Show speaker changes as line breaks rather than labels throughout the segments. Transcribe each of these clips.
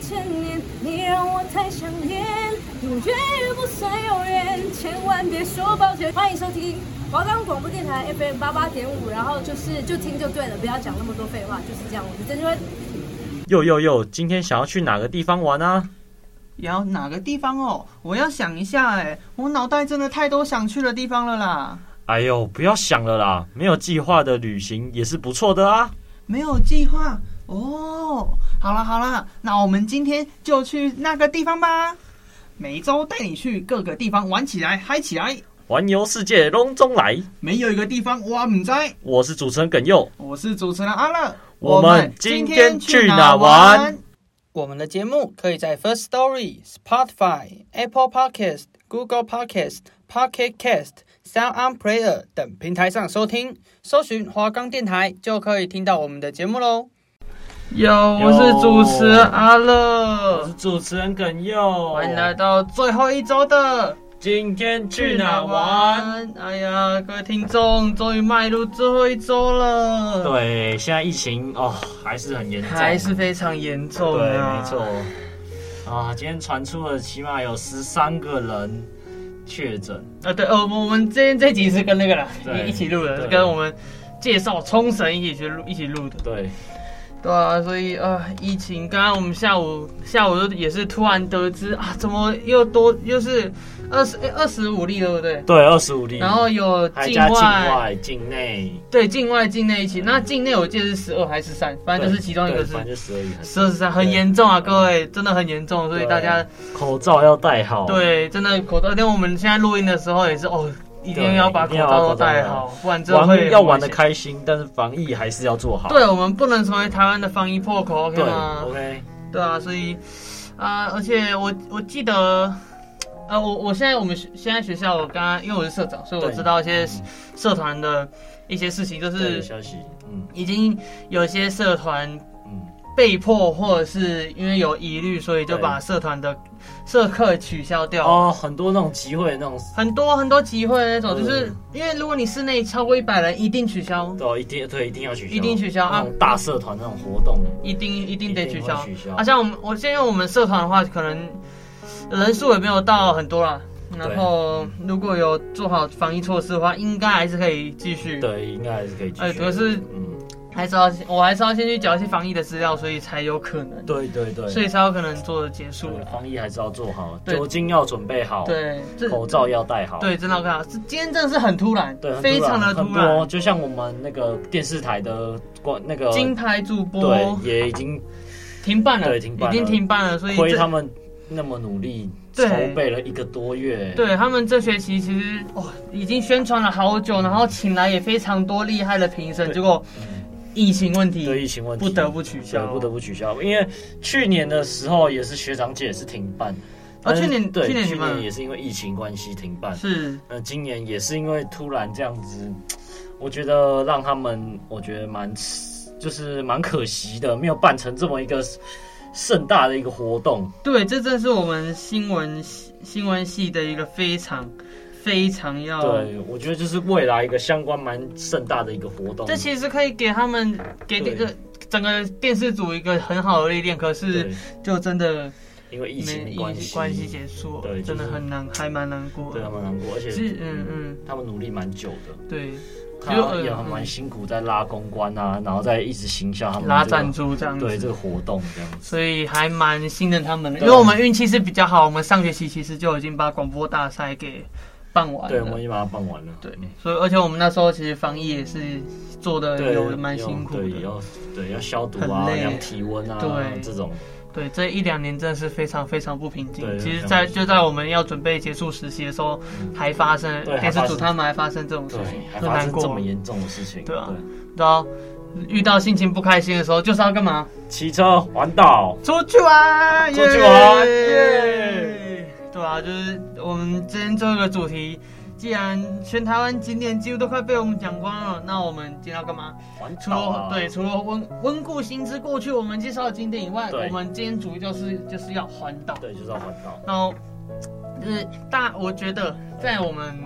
千年，你让我太想念，永远不算永远，千万别说抱歉。欢迎收听华冈广播电台 FM 八八点五，然后就是就听就对了，不要讲那么多废话，就是这样。我是郑钧，
哟哟哟，今天想要去哪个地方玩啊？
也要哪个地方哦？我要想一下哎，我脑袋真的太多想去的地方了啦。
哎呦，不要想了啦，没有计划的旅行也是不错的啊。
没有计划哦。好啦好啦，那我们今天就去那个地方吧。每周带你去各个地方玩起来，嗨起来！
环游世界隆中来，
没有一个地方我唔知。
我是主持人耿佑。
我是主持人阿乐，
我们今天去哪玩？
我们的节目可以在 First Story、Spotify、Apple Podcast、Google Podcast、Pocket Cast、Sound On Player 等平台上收听，搜寻华冈电台就可以听到我们的节目喽。有，我是主持人阿
我是
乐，
主持人耿佑，
欢迎来到最后一周的
今天去哪玩？？
哎呀，各位听众，终于迈入最后一周了。。
对，现在疫情哦还是很严重，
还是非常严重
对，
啊！
没 错。啊，今天传出了起码有十三个人确诊，
啊，对，呃，我们今天这集是跟那个啦，
对
一一起录的，
对
跟我们介绍冲绳一起去录，一起录的。
对，
对啊，所以啊、呃疫情，刚刚我们下午下午就也是突然得知啊，怎么又多又是二十二十五例，对不对？
对，二十五例，
然后有
嗯还
境
加
外，
境外、境内，
对境外、境内一起。那境内我记得是十二还是三，反正就是其中一
对
个是
反正十而已。
十二十三，很严重啊，各位，真的很严重，所以大家
口罩要戴好，，
对，真的口罩，因为我们现在录音的时候也是哦，一定
对
要把口罩都戴好，不然真的会
玩要玩的
很危险。
开心，但是防疫还是要做好。
对，我们不能成为台湾的防疫破口，OK
对
吗？
，OK，
对啊，所以啊、而且我我记得。呃，我我现在我们学现在学校，我刚刚因为我是社长，所以我
对
知道一些
嗯
社团的一些事情，就
这个
是
消息，嗯
已经有一些社团
嗯，
被迫或者是因为有疑虑，所以就
对
把社团的社课取消掉。
哦，很多那种集会那种，
很多很多集会那种，
嗯
就是因为如果你室内超过一百人，一定取消，
对，一定对，一定要取消，
一定取消
那
啊，
种大社团那种活动，
一定一定得取
一
消
定会取消
啊。像我们，我现在我们社团的话，可能人数也没有到很多啦。然后如果有做好防疫措施的话，应该还是可以继续。，
对，应该还是可以继续。
哎可是
嗯，
还是要我还是要先去缴一些防疫的资料，所以才有可能，
对对对，
所以才有可能做的结束
对。防疫还是要做好，
对
酒精要准备好，
对，这
口罩要戴好，
对，真的好看啊。这今天真的是很突然，
对，很
非常的
很
突
多，
然。
就像我们那个电视台的关那个
金牌主播
对，也已经
停办了，
对停办
已经
了
停办了，所以
亏
这
他们那么努力筹
对
备了一个多月，
对他们这学期其实哦已经宣传了好久，然后请来也非常多厉害的评审，
对
结果疫情问
这
题
疫情问题
不得不取消
对。不得不取消，因为去年的时候也是学长姐也是停办，
啊
但是
去年
嗯对
去年
去
停办
年也是因为疫情关系停办，
是
那今年也是因为突然这样子，我觉得让他们我觉得蛮就是蛮可惜的，没有办成这么一个盛大的一个活动，
对，这正是我们新闻系新闻系的一个非常非常要。
对我觉得就是未来一个相关蛮盛大的一个活动，
这其实可以给他们给
对
这个整个电视组一个很好的历练，可是
对
就真的
因为疫
没
情的
疫情关系结束，
对
真的
就是
很难，还蛮难过
对他啊
的。
们难过，而且
是嗯嗯，
他们努力蛮久的，
对，
他
就
也
嗯
蛮辛苦在拉公关啊，然后再一直行销他们、这个、
拉赞助这样子。
对这个活动这样子。
所以还蛮信任他们的，因
对
为我们运气是比较好，我们上学期其实就已经把广播大赛给办完
对，我们
了。
已经把它办完了。
对，所以而且我们那时候其实防疫也是做的
对，
有蛮辛苦
对，
的。
要对要消毒啊，
很累
量体温啊，
对
这种
对，这一两年真的是非常非常不平静
对。
其
非
实
常
在，
不平静嗯
就在我们要准备结束实习的时候，还发生
对还
电视
发
组
生
他们还发生这种事
对
情，
还
很
发
难
生这么
过。
严重的事情，
对啊然后遇到心情不开心的时候，就是要干嘛？
骑车环岛，
出去玩，
出去玩
耶！对啊，就是我们今天最后一个主题，既然全台湾景点几乎都快被我们讲光了，那我们今天要干嘛？
环
除
岛
了
啊，
对，除了温温故新知过去我们介绍的景点以外，
对
我们今天主题就是就是要环岛。
对，就是要环岛，
然后，就是大，我觉得在我们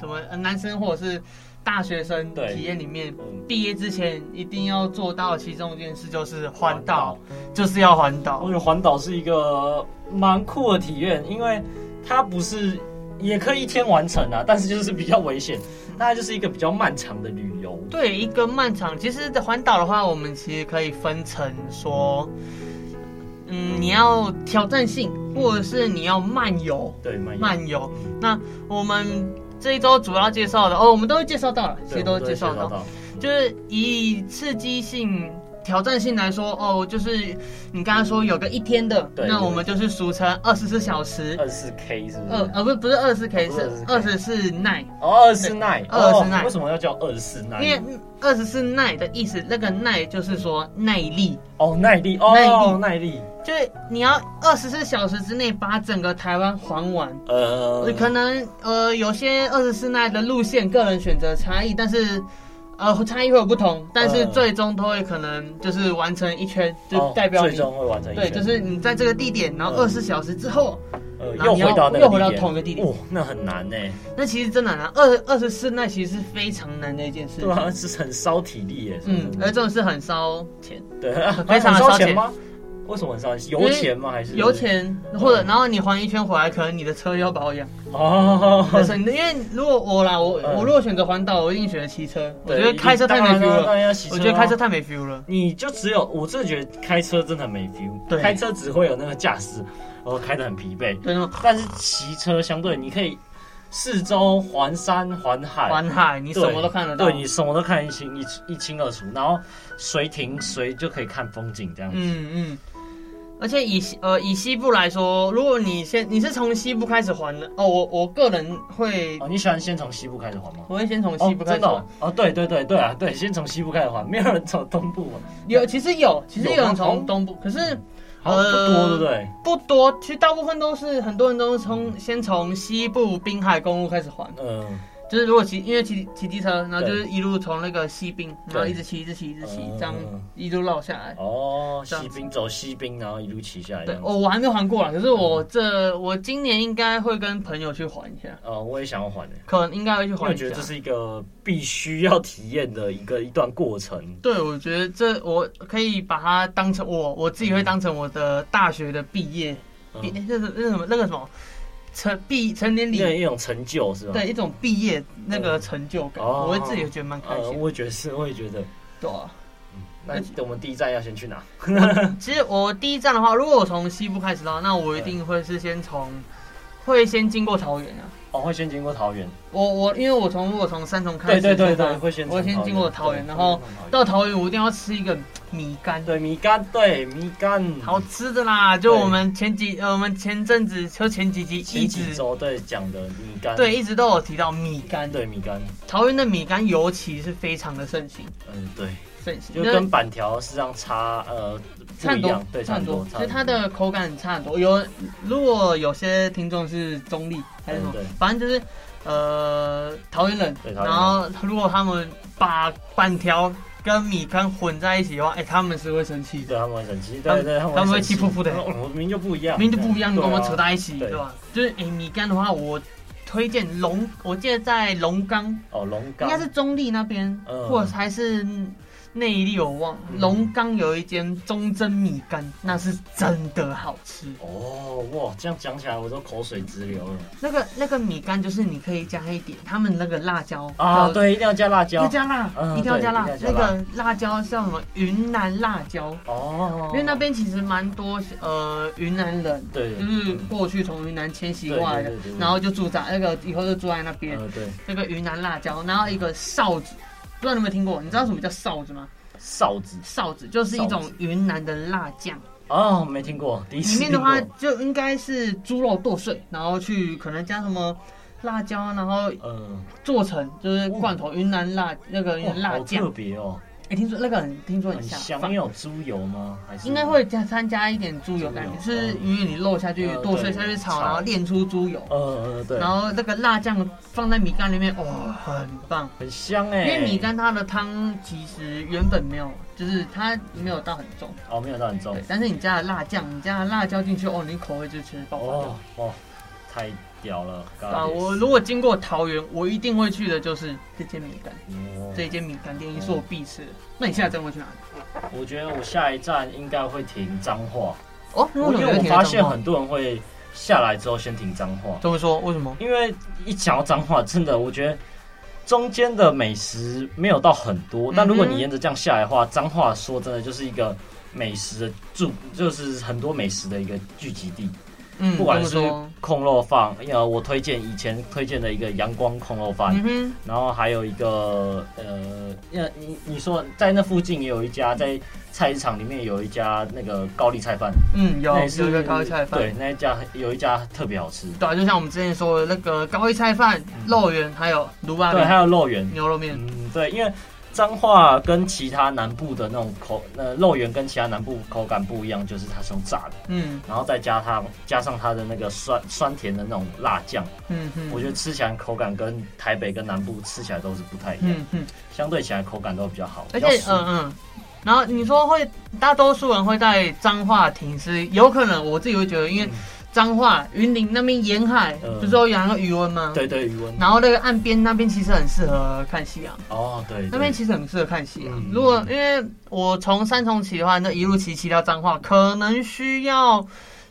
怎么呃男生或者是大学生
对
体验里面
嗯，
毕业之前一定要做到其中一件事，就是环岛，就是要环
我
岛
觉。得环岛是一个蛮酷的体验，因为它不是也可以一天完成啊，但是就是比较危险，那就是一个比较漫长的旅游。
对，一个漫长。其实环岛的话，我们其实可以分成说，嗯，你要挑战性，或者是你要漫游，
对，漫游
漫游。那我们这一周主要介绍的，哦，我们都会介绍到了，其
对
实都
我
会
们
介绍到。
到。
就是以刺激性、挑战性来说，哦，就是你刚刚说有个一天的，
对
那
有
我们就是俗称二十四小时，
二四 K 是不
二
是？
呃不是不是二十 K
不
是
是
二
24
十四 night，
哦，二四奈，
24
哦
奈
为什么要叫二四奈？
因为二十四 night 的意思，那个 night 就是说耐力，
哦，耐力，哦，耐力，
就是你要二十四小时之内把整个台湾环完。
呃
可能呃，有些二十四奈的路线个人选择差异，但是呃差异会有不同，但是
嗯
最终都会可能就是完成一圈，就
哦
代表
最
你
终会完成一圈。
对，就是你在这个地点，然后二
嗯
十四小时之后，
呃
然后
又
你要
回到那个
又回到
地点
同一个地点
哇，那很难欸呢。
那其实真的很难。二二十四那其实是非常难的一件事
对。啊，是很烧体力耶。是
嗯
不，是
而这种是很烧钱，
对，
非常
很
烧
烧
钱
钱吗？为什么很烧钱？
因
油
为
钱吗？还是
油钱或
嗯
者然后你环一圈回来，可能你的车要保养。
哦，
但是因为如果我啦，我
嗯
我如果选择环岛，我一定选择骑车。我
对
觉得开车太没 feel
当然当
了，
然要洗车
我
啊
觉得开车太没 feel 了。
你就只有我真的觉得开车真的没 feel，
对
开车只会有那个驾驶，然后开得很疲惫。
对，那么
但是骑车相对你可以四周环山环海，
环海你什
对
么都看得到。
对你什么都看一清一一清二楚，然后随停随就可以看风景这样子。
嗯嗯。而且以西呃以西部来说，如果你先你是从西部开始环的哦，我我个人会
哦，你喜欢先从西部开始环吗？
我会先从西部
哦
开
真
始
的
玩。
哦哦对对对对啊，对，先从西部开始环，没有人从东部嘛，
有，其实有，其实
有
有人
吗哦
从东部，可是
好像不
呃
多，对不对？
不多。其实大部分都是很多人都是从先从西部滨海公路开始环，
嗯，
就是如果骑，因为骑骑机车，然后
对
就是一路从那个西滨，然后
对
一直骑，一直骑，一直骑
嗯，
这样一路绕下来。
哦，
这样
西滨走西滨，然后一路骑下来这
对，
样子。
哦，我还没环过啦，可是
嗯
我这我今年应该会跟朋友去环一下，
呃，我也想要环诶、
可能应该会去
因为
环
我
一下
觉得。这是一个必须要体验的一个一段过程。
对，我觉得这我可以把它当成我我自己会当成我的大学的毕业，
嗯
毕、那是那什么那个什么成毕成年
一
礼
种一种成就，是吧？
对一种毕业那个成就感，
哦
我会自己觉得蛮开
呃，
心的。
我也觉得是，我也觉得。
对啊，
那我们第一站要先去哪？
其实我第一站的话，如果我从西部开始的话，那我一定会是先从，会先经过桃园啊。
哦，会先经过桃园。
我我因为我从如果从三重
对
开始的话，
对对对，会先
我会先经过桃园，
对
然后
会先过桃园
到桃园我一定要吃一个米干，
对米干，对米干，
好吃的啦。就
对
我们前几呃，我们前阵子就前几集一
前
直
几周对讲的米干，
对一直都有提到米干，
对米干，
桃园的米干尤其是非常的盛行，
嗯对，
盛行，
就
那
跟板条实际上差呃不
差很
一
多
样，，对差很多，
其实它的口感差很多。有如果有些听众是中立还是什么
嗯对，
反正就是呃桃园人，
对桃园人
然后如果他们把板条跟米干混在一起的话，哎，他们是会生气的，
对他们会生气，
他
对
们
对他们
他们会
生气
气噗噗的
我们明明就不一样，
明明就不一样，
对
跟
啊
我们扯在一起，
对
对吧？就是哎，米干的话，我推荐龙，我记得在龙岗，
哦龙
应
岗
该是中立那边，
嗯
或者还是。内力我忘，
嗯
龙岗有一间忠贞米干，那是真的好吃。
哦哇，这样讲起来我都口水直流了
那个那个米干就是你可以加一点，他们那个辣椒
啊，
呃
对，一定要加辣椒
要加辣，
嗯
一定要加辣
对一。定
那
要加辣
个辣椒叫什么？云南辣椒，
哦，
因为那边其实蛮多呃云南人，
对
就是过去从云南迁徙过来的
对对对，对
然后就住在那个以后就住在那边。
呃对
那个云南辣椒，然后一个臊子，不知道你有没有听过？你知道什么叫臊子吗？
臊子
臊子就是一
臊
种云南的辣 酱，
哦没听过，第一次
里面的
听过
话就应该是猪肉剁碎，然后去可能加什么辣椒，然后
嗯
做成就是罐头云南辣那个云
哦哇
南辣
好特
酱，
别哦，
哎，听说那个很听说
很
很
香，
下
因为
饭，
有猪油吗？还是
应该会加掺加一点猪油，感觉
猪油
是因为你肉下去
嗯
剁碎
对
下去炒，
炒
然后炼出猪油，
呃呃对，
然后那个辣酱放在米干里面，哦，很棒。
很香
因
哎，
为米干它的汤其实原本没有，就是它没有到很重，
哦没有到很重
对，但是你加了辣酱，你加了辣椒进去，哦，你口味就吃爆发掉
哦。哦，太屌了！干
啊，我如果经过桃园，我一定会去的就是这间米干，
嗯
这一间米干店也是我必吃的。那你现在真会去哪里？
我觉得我下一站应该会停彰化，
哦，那
因
为什
为
么要
我
停在
发现
彰化
很多人会下来之后先停彰化，
怎么说？为什么？
因为一讲到彰化，真的我觉得中间的美食没有到很多，
嗯哼
但如果你沿着这样下来的话，彰化说真的就是一个美食的住，就是很多美食的一个聚集地。
嗯，
不管
这
是
么说，
控肉饭，呃，我推荐以前推荐的一个阳光控肉饭，
嗯哼，
然后还有一个呃，那你你说在那附近也有一家，在菜市场里面有一家那个高丽菜饭，
嗯，有
那也是
有一个高丽菜饭，
对，那一家有一家特别好吃，
对啊，就像我们之前说的那个高丽菜饭、肉圆，还有卤
嗯
拌
对，还
面、
有肉圆，
牛肉面，
嗯，对，因为彰化跟其他南部的那种口，呃，肉圆跟其他南部口感不一样，就是它是用炸的，
嗯
然后再加它加上它的那个酸酸甜的那种辣酱，
嗯嗯，
我觉得吃起来口感跟台北跟南部吃起来都是不太一样，
嗯嗯，
相对起来口感都比较好，
而
比
且
较酥
嗯嗯，然后你说会大多数人会在彰化停尸，有可能我自己会觉得，因为
嗯
彰化云林那边沿海
嗯
不是有养那个渔温吗？。
对对，余温
然后那个岸边那边其实很适合看夕阳，
哦，对，对
那边其实很适合看夕阳。
嗯
如果因为我从三重骑的话，那一路骑骑到彰化，可能需要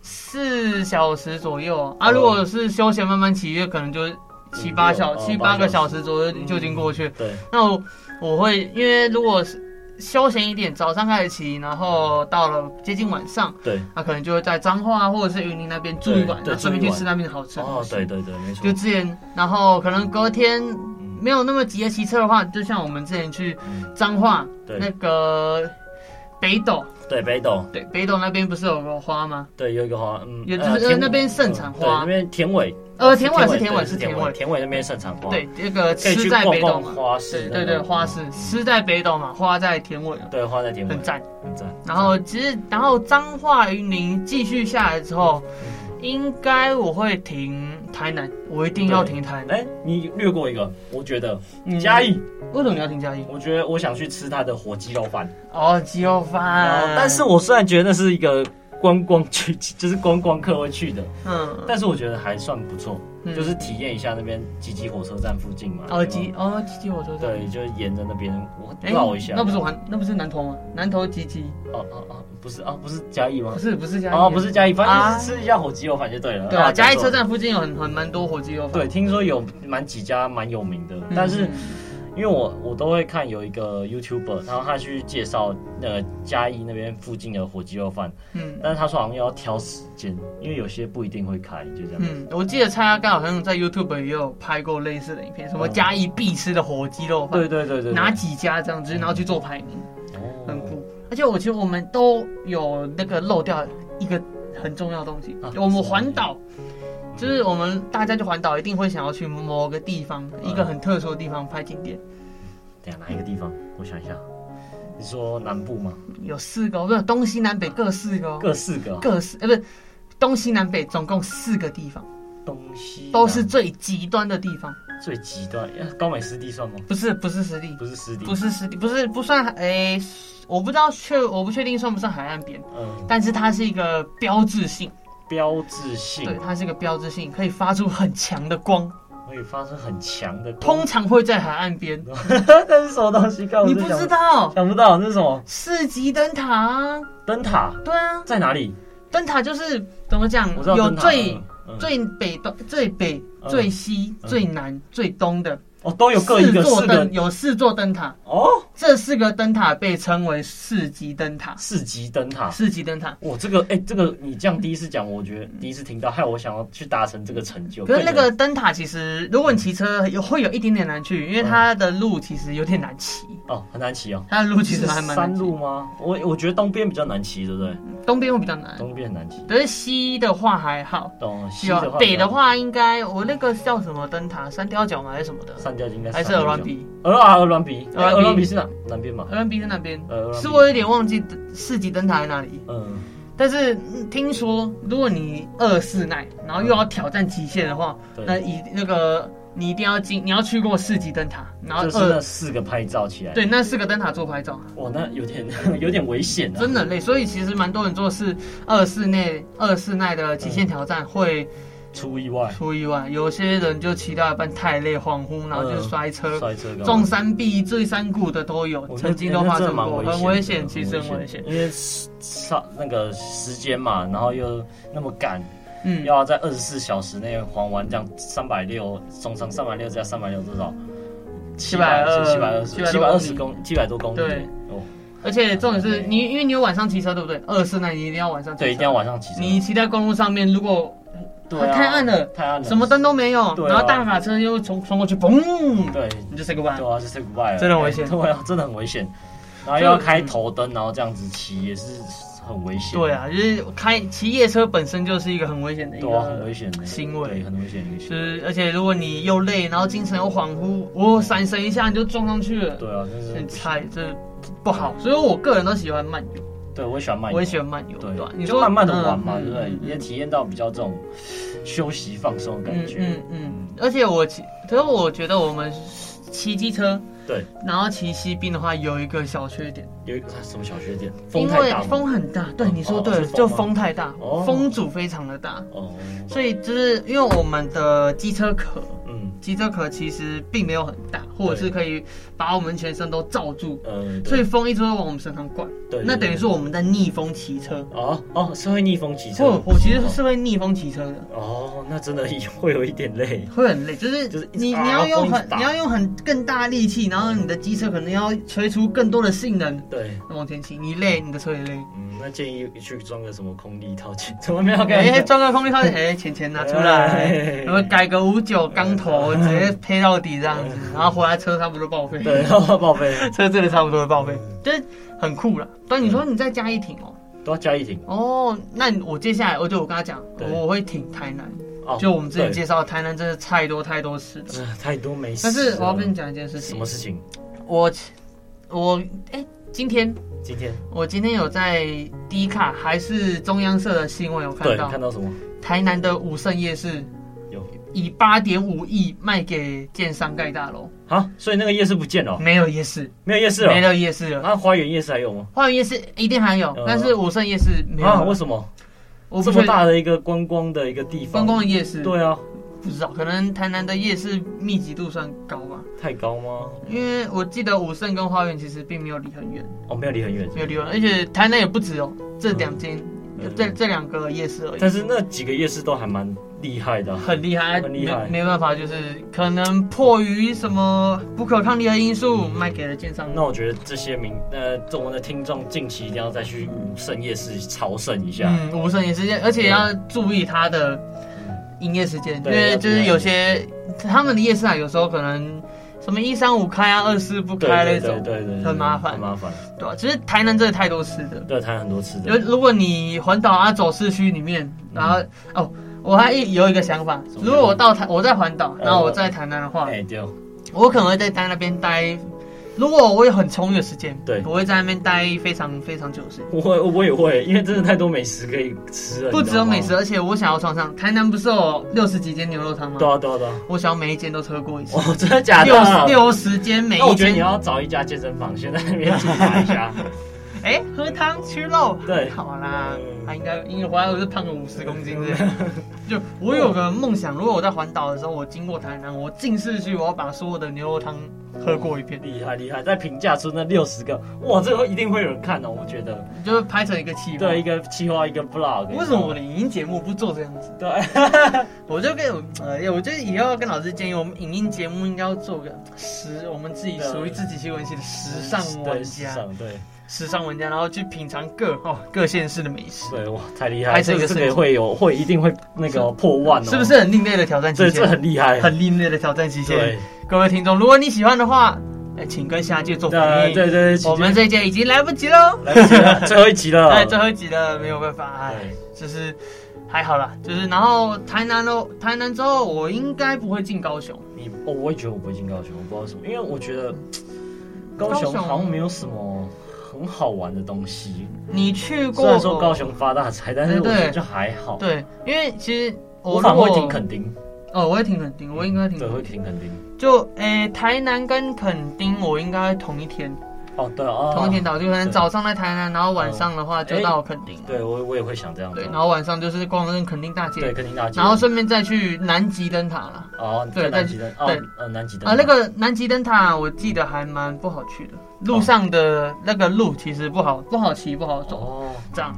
四小时左右啊。
哦
如果是休闲慢慢骑，就可能就七八小
五六哦
七八个
八小
小
时嗯
时左右就已经过去。
对，
那我我会因为如果是休闲一点，早上开始骑，然后到了接近晚上，
对，
那、可能就会在彰化或者是云林那边住一晚，
对对
那顺便去
住一晚
吃那边的好吃的东
哦，
西。
对对对，没错
就，之前，然后可能隔天
嗯
没有那么急着骑车的话，就像我们之前去
嗯
彰化那
对
个北斗，
对北斗，
对，北斗那边不是有个花吗？
对有一个花，嗯，
也就
呃
是
田
那边盛产
对
花
那边田尾，
呃田尾是田尾
对
是
哦是
田
田
尾
尾，田尾那边盛产花，
对，，那个
可以
吃
去
在
逛
北斗
逛
嘛，
花市那
对
种，嗯
对对，花市吃在北斗嘛，花在田尾嘛，
对花在田尾
很，赞。
很赞，
然后其实，然后彰化云林继续下来之后，
嗯
应该我会停台南，我一定要停台南。
哎，你略过一个，我觉得
嗯
嘉义，
为什么你要停嘉义？
我觉得我想去吃它的火鸡肉饭，
哦，鸡肉
然后
饭。
哦但是我虽然觉得那是一个观光去， 就是观光客会去的，
嗯，
但是我觉得还算不错，
嗯
就是体验一下那边吉吉火车站附近嘛。
哦
对
吉
吧
哦吉吉火车站。
对，就是沿着那边我
哎
绕一下。
那不是环，那不是南投吗？南投吉吉，
哦哦哦，不是哦，不是嘉义吗
不？是不是嘉义。
哦，不是。嘉义，反正
啊
就是吃一下火鸡肉饭就对了。
对啊，
啊
嘉义
没错
车站附近有很很蛮多火鸡肉饭。
对，听说有蛮几家蛮有名的，
嗯，
但是因为我我都会看有一个 YouTuber，然后他去介绍呃嘉义那边附近的火鸡肉饭，
嗯
但是他说好像要挑时间，因为有些不一定会开，就这样。
嗯，我记得蔡阿刚好像在 YouTube 也有拍过类似的影片，什么
嗯
嘉义必吃的火鸡肉饭
对，对对对，
哪几家这样子，然后去做排名。
哦
很酷。而且我觉得我们都有那个漏掉一个很重要的东西，
啊
我们环岛。就是我们大家去环岛，一定会想要去某个地方，一个很特殊的地方拍景点。
等一下哪一个地方？我想一下，你说南部吗？
有四个哦，不是东西南北各四个哦，
各四个啊
各四，呃，不是东西南北总共四个地方，
东西
都是
南
最极端的地方。
最极端。呃高美湿地算吗？
不是，不是实地，
不是湿地，
不是实地，不是不算海，诶，我不知道确，我不确定算不算海岸边，
嗯，
但是它是一个标志性。
标志性
对，它是一个标志性，可以发出很强的光，
会发生很强的
通，常会在海岸边。
那是什么东西？告诉
你不知，道
想不到那是什么
市集灯塔啊？
灯塔
对啊，
在哪里？
灯塔就是怎么讲
我知道，
有
灯塔
最、
嗯嗯
最北东、最北、
嗯
最西、
嗯
最南、最东的
哦，都有各一个
座
四
灯，
个
有四座灯塔，
哦，
这四个灯塔被称为市集灯塔。
四级灯塔。
市集灯塔，
我这个哎、这个你这样第一次讲，我觉得第一次听到，害我想要去达成这个成就。
可是那
更有
个灯塔其实，如果你骑车有会有一点点难去，因为
嗯
它的路其实有点难骑，
哦很难骑哦，
它的路其实还蛮难
山
骑。
路吗？我我觉得东边比较难骑，对不对？
东边会比较难，
东边很难骑。
但是西的话还好，
懂西
有啊
的话，
北的，话应该我那个叫什么灯塔，三貂角吗还是什么的，
上吊应该
还是鹅銮鼻？
鹅啊鹅銮鼻，
鹅銮
哎
鼻
鹅銮鼻是哪南边嘛？
鹅銮鼻在那边，
呃鹅銮鼻
是我有点忘记市集灯塔在哪里。
嗯，
但是嗯听说，如果你二四耐，然后又要挑战极限的话，
对
那一那个你一定要经，你要去过市集灯塔，然后
就是那
二
四个拍照起来，
对，那四个灯塔做拍照，
哇，那有点 有点危险啊，
真的很累。所以其实蛮多人做的是二四内二四耐的极限挑战会
出意外，
出意外。有些人就骑到一半太累恍惚，然后就摔车，
哎摔车干嘛
撞山壁、坠山谷的都有，
我觉得
曾经都发生过，
欸那真的
很
蛮危
危
险
险，
的，
其实很危险。
因为上那个时间嘛，然后又那么赶，
嗯，
要在二十四小时内还完这样三百六，总长三百六加三百六多少？
720
七百二十，七百二十
720
公，七百多公里。
对
哦，
而且重点是你，因为你有晚上骑车，对不对？二四那你一定要晚上骑车，
对，一定要晚上骑车。
你骑在公路上面，如果
对啊
太暗了
太暗了，
什么灯都没有，
对啊
然后大卡车又冲冲过去，嘣，
对，
你就 say goodbye
对。啊，就 say goodbye 了，
真的很危险
对啊，真的很危险。然后又要开头灯，然后这样子骑也是很危险。
对，啊，就是开骑夜车本身就是一个很危险的一
对啊，很
个
危险的
行为
对，很危险的一个
就
行为。
是而且如果你又累，然后精神又恍惚，我闪神一下你就撞上去了，
对啊，真是
很菜，这不好。所以我个人都喜欢慢游，
对，我也喜欢慢游，
我也喜欢慢游，
对
对吧？，
你就慢慢的玩
嗯
嘛，
嗯
对不对
嗯？
也体验到比较这种休息放松的感觉。
嗯嗯嗯，而且我骑，可是我觉得我们骑机车，
对，
然后骑西滨的话，有一个小缺点，
有一个什么小缺点，风
因
太
为
大吗
风很大。对，
哦
你说
哦
对了，
是风
就
吗
风太大，
哦
风阻非常的大，
哦，
所以就是因为我们的机车壳，
嗯
机车壳其实并没有很大，或者是可以把我们全身都罩住，
呃，
所
对
以风一直会往我们身上灌。
对，
那
对
等于
对
说我们在逆风骑车。
哦哦是会逆风骑车
我
的，
我其实是会逆风骑车的，
哦，那真的会有一点累，
会很累，就是
就是一直
你
啊
你要用
风一
很
直打
你要用很更大力气，然后你的机车可能要吹出更多的性能
对。
往前骑，你累，你的车也累。
嗯，那建议去装个什么空力套件， 怎么没有感
哎，
觉？
装个空力套，哎，钱钱拿出来，
哎
然后改个五九钢头，直接配到底这样子，然后回来车差不多报废。
哎对， 然后报废
车真的差不多会报废，
嗯
就是很酷啦。但你说你在嘉义停哦，
都要加一停
哦，那你我接下来我就我跟他讲，
对
我会停台南，
哦。
就我们之前
对
介绍的台南真的太多太多事了。
这 太多没事
但
了。
是我要跟你讲一件事
什
情
么，事情？
我我哎，今天
今天
我今天有在低卡还是中央社的新闻有看
对
到
看到什么？
台南的武圣夜市
有
以八点五亿卖给建商盖大楼，
啊，所以那个夜市不见了，
没有夜市，
没有夜市了
没。有夜市了。
那花园夜市还有吗？
花园夜市一定还有
呃，
但是武圣夜市没有
啊，
了。
为什么
我不
这
确
么
定
大的一个观光的一个地方？
观光的夜市，，
对啊，
不知道，可能台南的夜市密集度算高吧，
太高吗？
因为我记得武圣跟花园其实并没有离很远，
哦，没有离很远，
没有离很远，而且台南也不止哦，这两间，
嗯
这这两个夜市而已，
但是那几个夜市都还蛮厉害的啊、
很厉害，
很厉害
没没办法，就是可能迫于什么不可抗力的因素，
嗯
卖给了建商。
那我觉得这些民呃，我们的听众近期一定要再去武圣夜市朝圣一下。
嗯，武圣也是，而且要注意它的营业时间，因
对
为就是
要
有
注意
些他们的夜市啊，有时候可能什么一三五开啊，二四不
对
开那
对对
种，
对对，
很麻烦
很麻烦。
对吧、其实台南真的太多吃的，
对，谈很多次
如
的，
如果你环岛啊走市区里面，然后、哦，我还一有一个想法
嗯什，么
如果我到台我在环岛，
呃
然后我在台南的话，
哎，对哦，
我可能会在台南那边待。如果我有很充裕的时间，
对
我会在那边待非常非常久的时间。
我会我也会，因为真的太多美食可以吃了。
不
你知
只
道
有
吗
美食，而且我想要尝尝。台南不是有六十几间牛肉汤吗？
对啊对啊对啊，
我想要每一间都喝过一次，
哦，真的假的
六
啊？
六十间每
那
一
我觉得你
间，
要找一家健身房，先在那边检查一下。
哎、喝汤吃肉，
对
很好啦
嗯，
他、应该因为回来我是胖个五十公斤这样。 就我有个梦想，如果我在环岛的时候，我经过台南，我进市区，我要把所有的牛肉汤喝过一遍，
厉害厉害，再评价出那六十个，哇，这个一定会有人看哦，我觉得。
就是拍成一个气氛。
对，一个企划，一个 blog。
为什么我的影音节目不做这样子？
对，
我就跟我呃，我觉得以后要跟老师建议，我们影音节目应该要做个时，我们自己
对
属于自己新闻系的时尚玩
对时
家，
尚对
时尚玩家，然后去品尝各哦各县市的美食，
对哇，太厉害
拍
了！
摄
这
一个
个
视
这
频
个会有会一定会那个破万哦，
是不？是很另类的挑战极
这这
限？
很厉害，
很另类的挑战极限
对。
各位听众，如果你喜欢的话，哎，请跟下届做反
对
应。
对对，请
我们这一届已经来不及喽，
来不及了，最后一集了。
哎，最后一集了，没有办法，哎，就是还好啦，就是然后台南喽，台南之后我应该不会进高雄。
你哦，我也觉得我不会进高雄，我不知道为什么，因为我觉得高
高
雄
雄
好像没有什么很好玩的东西。
你去过？
虽然说高雄发大财，但是我
对
觉得就还好。，
对，因为其实
我
我
反而
如果
会挺垦丁，
哦，我会挺肯定，我应该挺
对，
肯
会
定。
挺垦丁。
就诶、台南跟垦丁，我应该同一天。
哦，对哦，
同一天到，就可能
对
早上在台南，然后晚上的话就
哎
到垦丁。啊
对我我也会想这样做
对，然后晚上就是逛逛垦丁大
对
街，
跟你大姐，
然后顺便再去南极灯塔啦。
哦，在
对再
南极灯，哦
对，
呃，南极灯
啊，那个南极灯塔我记得还蛮不好去的，路上的那个路其实不好，不好骑，不好走。
哦，
这样，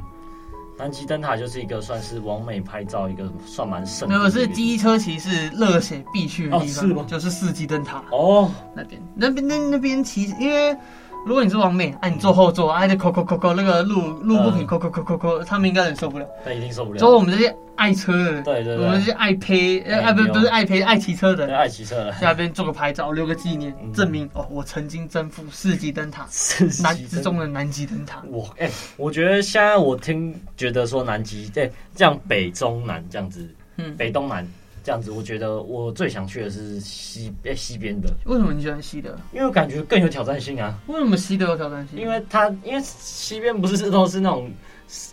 南极灯塔就是一个算是完美拍照一个算蛮盛地
那
的一个地
个
方，
是机车骑士热血必去的地
哦是吗
方，就是四季灯塔
哦，
那边，那边那那边骑，因为。如果你是王美，啊，你坐后座，啊，就扣扣扣扣，那个路路不平，
嗯
扣扣扣扣扣，他们应该很受不了。
那一定受不了。
所以我们这些爱车的人，
对对
我们这
对，
些爱呸，呃
哎
爱不
对哦
不是爱呸，爱骑车的
那
人，
爱骑车了，
在那边做个拍照，留个纪念，
嗯
证明哦，我曾经征服世纪灯塔，
是
南之中。的南极灯塔。
我哎、我觉得现在我听觉得说南极，对，这样北中南这样子，
嗯，
北东南这样子，我觉得我最想去的是西哎、西边的，
为什么你喜欢西德？
因为我感觉更有挑战性啊。
为什么西德有挑战性？
因为它因为西边不是都是那种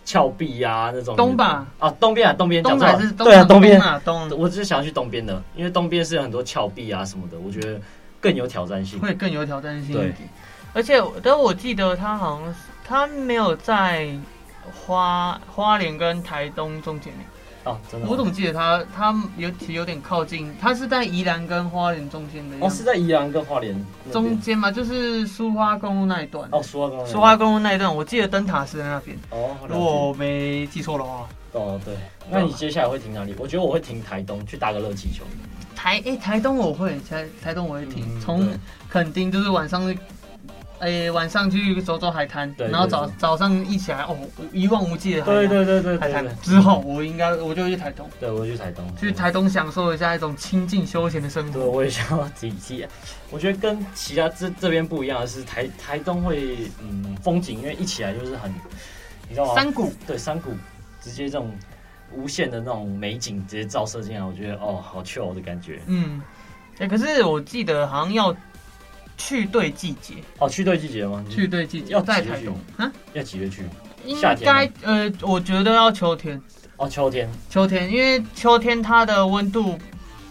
峭壁啊那种
东吧，
啊东边啊东边
东
讲错
还
了
是东
对啊东边
啊东
我只是想要去东边的，因为东边是有很多峭壁啊什么的，我觉得更有挑战性。
会更有挑战性一
对
点。而且，但我记得他好像是他没有在花花莲跟台东中间耶
哦，真的吗。
我怎么记得他他有其实有点靠近，他是在宜兰跟花莲中间的
哦
样
是
子，
在宜兰跟花莲那边
中间嘛，就是苏花公路那一段。
哦，说到刚才
苏花公路那一段，我记得灯塔是在那边，
哦，了解
如果我没记错的话。
哦对，那你接下来会停哪里？我觉得我会停台东去打个热气球。
台诶、台东我会，台台东我会停，
嗯
从
对
垦丁就是晚上去，诶、晚上去走走海滩，
对
然后
对
早
对
早上一起来哦，一望无际的海
对
滩。
对对对
海
对对
滩，之后，我应该我就会去台东，
对我会去台东
去台东享受一下一种清静休闲的生
对，
活。
我也想要自己自己。我觉得跟其他这这边不一样的是台，台东会嗯风景，因为一起来就是很，你知道吗？
山谷
对山谷，直接这种无限的那种美景直接照射进来，我觉得哦好 chill 的感觉。
嗯，哎、可是我记得好像要去对季节，
哦，去对季节吗？你
去对季节
要
在
几
台
月
东啊，
要几月去？
应
夏天
该呃，我觉得要秋天，
哦，秋天。
秋天，因为秋天它的温度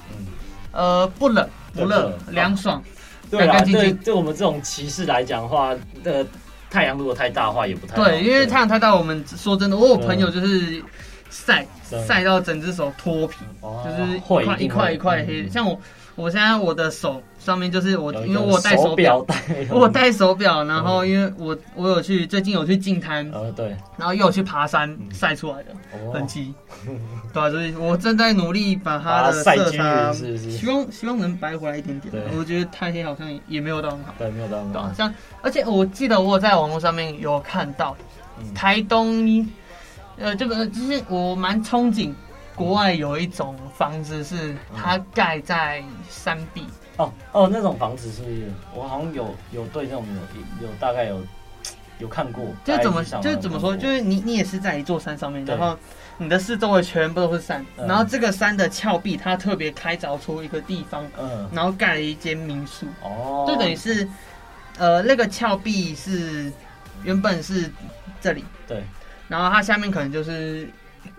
嗯，
呃不冷不
对
热
不，冷哦
凉爽。
对
干
啦，
干净
对
净
对我们这种骑士来讲的话，呃，太阳如果太大的话也不太好
对，因为太阳太大，我们说真的，我有
嗯
朋友就是晒
对
晒到整只手脱皮，
哦
就是一
会
块一
定
块
会
一块黑。
嗯
像我，我现在我的手上面就是我，
有一
因为
个
我有戴手
表嗯
表，
带，
我 有戴手表，然后因为我我有去最近有去净滩，
呃对，
然后又有去爬山
嗯
晒出来的
哦
痕迹。对啊，所以我正在努力把它
把它
的
晒
色
均
差，
匀是不是
希望希望能白回来一点点啊
对。
我觉得太黑好像也没有到很好。
对，没有到
对啊
吗？，
像而且我记得我有在网络上面有看到
嗯
台东，呃，这个就是我蛮憧憬国外有一种房子是它盖在山壁，
哦哦，那种房子是，我好像有有对那种有有大概有有看过，
就是怎么
大概
就是怎么说，
有看过
就是你你也是在一座山上面，
嗯对
然后你的四周围全部都是山，
嗯
然后这个山的峭壁它特别开凿出一个地方，
嗯
然后盖了一间民宿，
哦，
就等于是，呃，那个峭壁是原本是这里，
对，
然后它下面可能就是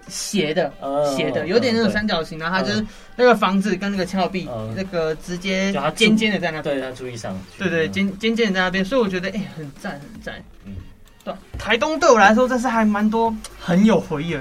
斜的，
嗯
斜的，有点那种，三
嗯
角形，然后它就是那个房子跟那个峭壁
嗯，
那个直接
就它住
尖尖的在那
对
边，
对，他注意上去，
对对，尖尖尖的在那边，所以我觉得哎，很赞很赞
嗯。
对，啊台东对我来说，这是还蛮多很有回忆的，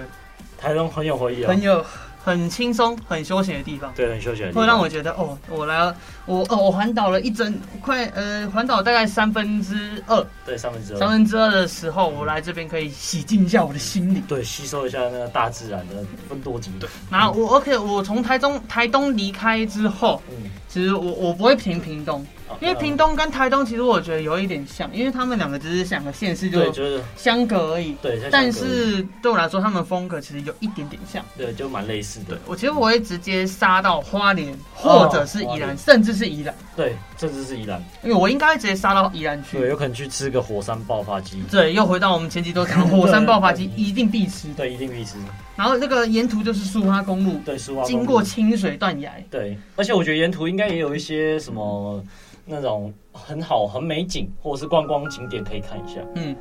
台东很有回忆啊，
很有很轻松、很休闲的地方，
对，很休闲的地方，
会让我觉得哦，我来了，我哦，我环岛了一整快呃，环岛大概三分之二，
对三分之
三
二，
分之二的时候，我来这边可以洗净一下我的心灵。
对，吸收一下那个大自然的分多精，对，
然后我 OK，我从台中台东离开之后，
嗯，哦
其实我我不会评屏东，
好
因为屏东跟台东其实我觉得有一点像，因为他们两个只是两个县市
嗯对
就
就是
相隔而已。
对，像
但
小哥
是对我来说，他们风格其实有一点点像。
对就蛮类似的，
我其实我会直接杀到花莲，或者是
哦花
宜兰，
莲
甚至是宜兰，
对，甚至是宜兰，
因为我应该会直接杀到宜兰
对，
去。
有可能去吃个火山爆发鸡，
对，又回到我们前期都讲的火山爆发鸡
对
一定必吃的，
对，一定必吃，
然后那个沿途就是苏花公路，
对，丝袜
经
公
过
路
清水断崖，
对，而且我觉得沿途应该也有一些什么那种很好、很美景或者是观光景点可以看一下。
嗯，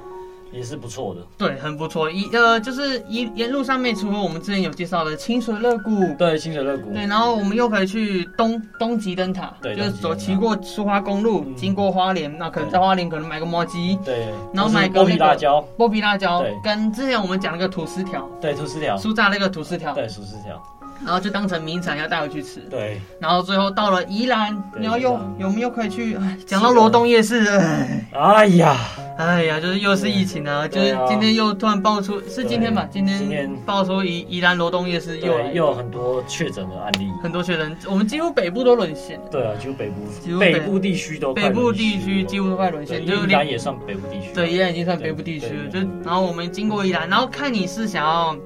也是不错的。
对，很不错。一呃，就是一沿路上面，除了我们之前有介绍的清水乐谷，
对，清水乐谷，
对，然后我们又可以去东东极灯塔，
对
就是
东极
走
灯塔
骑过苏花公路，
嗯
经过花莲，那可能
对
在花莲可能买个摩鸡、
对，
然
就
后
是
买个
剥皮
那个
辣椒，
剥皮辣椒
对，
跟之前我们讲那个吐司条，
对，吐司条，
酥炸那个吐司条，
对，吐司条，
然后就当成名产要带回去吃。
对，
然后最后到了宜兰，
对
然后又
宜兰
我们又可以去，哎讲到罗东夜市，哎
哎呀，
哎呀，就是又是疫情啊，就
对
是
啊
今天又突然爆出，是今天吧？今
今天
天爆出宜宜兰罗东夜市又来
对，又有很多确诊的案例。
很多学生，我们几乎北部都沦陷，
对啊，就北部
几乎北
北部地区都
北
快
部
沦
地区
陷了
几乎都快沦
对
陷，就是
宜兰
连
也算北部地区。啊
对宜兰已经算北
对
部地区了，就
对
然后我们经过宜兰，然后看你是想要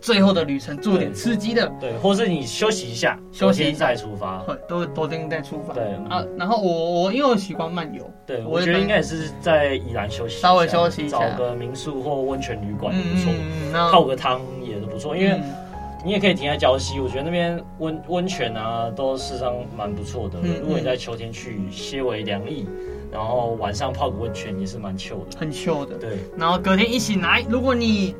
最后的旅程做点
对
刺激的，
对，或是你休息一下，
休息一
隔天
下
再出发。
会都都定在出发。
对
啊，然后我我因为我喜欢漫游，
对，
我
我
也
觉得
可以
应该也是在宜兰休息一下，
稍微休息一下
找个民宿或温泉旅馆也不
嗯
错，
嗯，那
泡个汤也是不错，因为
嗯
你也可以停在礁溪，我觉得那边温温泉啊都事实上蛮不错的。
嗯
如果你在秋天去，些微凉意，然后晚上泡个温泉也是蛮 chill 的。
很秀的。
对
然后隔天一醒来，如果你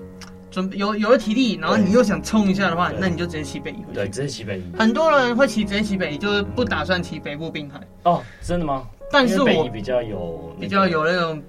准备有有了体力，然后你又想冲一下的话，
对
那你就直接骑北移回
对，
去。
这是西北宜
很多人会骑直接骑北移，就是不打算骑北部滨海。
哦，真的吗？
但是
因为北宜
我
比较有那个
比较有那种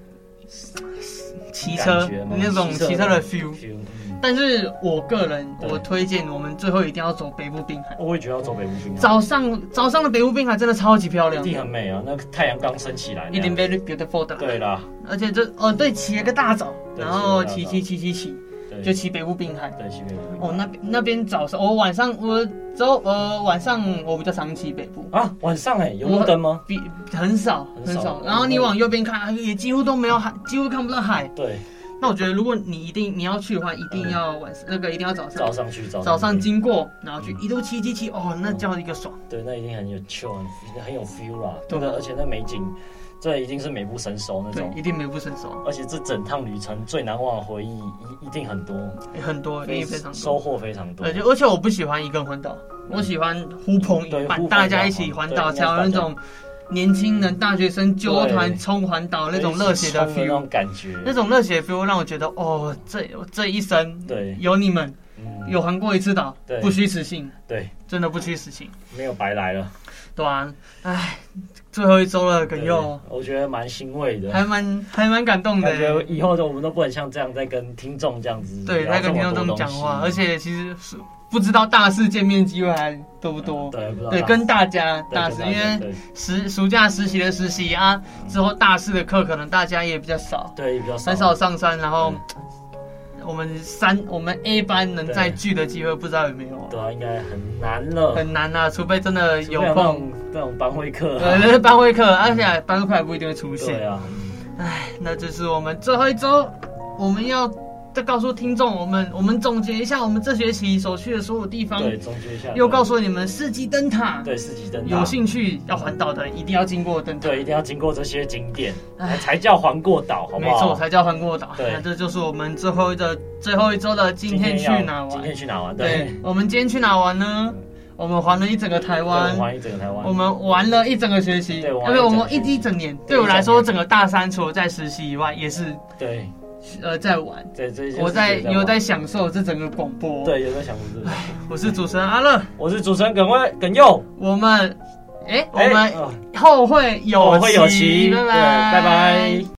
骑车
感觉吗
那种骑车的 feel。
feel，嗯
但是我个人，
对
我推荐我们最后一定要走北部滨海。
我也觉得要走北部去，
早上早上的北部滨海真的超级漂
一
亮，
定很美啊，那个太阳刚升起来那样，
一定 very beautiful 的。
对啦，
而且这哦对，起了个大早，
对
然后
起
骑
了个大早
骑骑骑骑，
对
就骑北部滨海。
对西北宜
哦，那边那边早上，我晚上我之后呃晚上我比较常骑北部，
啊，晚上哎、有路灯吗？
比很少
很
很
少哦
少。然后你往右边看，啊也几乎都没有海，几乎看不到海。
对，
那我觉得如果你一定你要去的话，一定要晚上那个一定要早
嗯早
上。
上嗯去，早
早上
去，
经过，然后去一路骑骑骑，哦，那叫一个爽，
对，那一定很有 chill，很很有 feel 啦。
对
对的，而且那美景，这一定是美不胜收那
对，
种。
一定美不胜收，
而且这整趟旅程最难忘的回忆一一定很多，
很多，一定非常
收
多。
获非常多
而。且而且我不喜欢一个人环岛，我喜欢呼朋
嗯对
引
呼
伴，
朋
大家
引
一起
伴
环
对
岛，
应
才
该
有
大
那
家嗯
种年轻人、大学生纠团
对
冲环岛那种
对
热血的
冲
feel，
那种感觉，
那种热血 feel 让我觉得，哦，这我这一生
对，
有你们，
嗯，
有环过一次岛
对，
不虚此行，
对，
真的不虚此行，
没有白来了。
对啊，唉，最后一周了，耿佑，
对我觉得蛮欣慰的，
还蛮还蛮感动
感觉
的，
以后的我们都不能像这样再跟听众这样子
对，
聊
在跟
这
听
么多
众这么讲话，
东
而
西
且其实是不知道大四见面机会还多不多。
对，不知道
对，
大
跟大家
对
大
跟
四，
大
因
家
为
对
实暑假实习的实习啊，之后大四的课可能大家也比较少，
对比较少，
很少上山，然后
嗯
我们三我们 A 班能再
对
聚的机会不知道有没有啊。
对啊，应该很难了。
很难啊，除非真的有
那
空。
种那种班会课、 啊，
呃，班会课，而且班会课还不一定会出
对
现。
啊，
唉，那这是我们最后一周，我们要再告诉听众，我们我们总结一下我们这学期所去的所有地方，
对，总结一下，
又告诉你们世纪灯塔，
对四级灯塔
有兴趣要环岛的一定要经过灯塔，
对，一定要经过这些景点，
唉
才叫环过岛，好不
没
好？
错，才叫环过岛。
对
那这就是我们最后一的最后一周的今天去
要
哪玩
今？天去哪玩？
对
对，，
我们今天去哪玩呢？我们环了一整个台
对我
湾
们，环一整个台湾，
我们玩了一整个学期，
对
因
玩
为
一
我
整个
们一
学期
一整年。
对
对我来
一整
说，
年
整个大三除了在实习以外，也是
对，
呃在玩。
对，这些
我在
事情
有在享受这整个广播。，
对有在想这个。
我是主持人阿乐。
我是主持人耿威耿佑，
我们，哎，我
哎
们
呃
后会有
后会有期
拜拜，
对拜拜。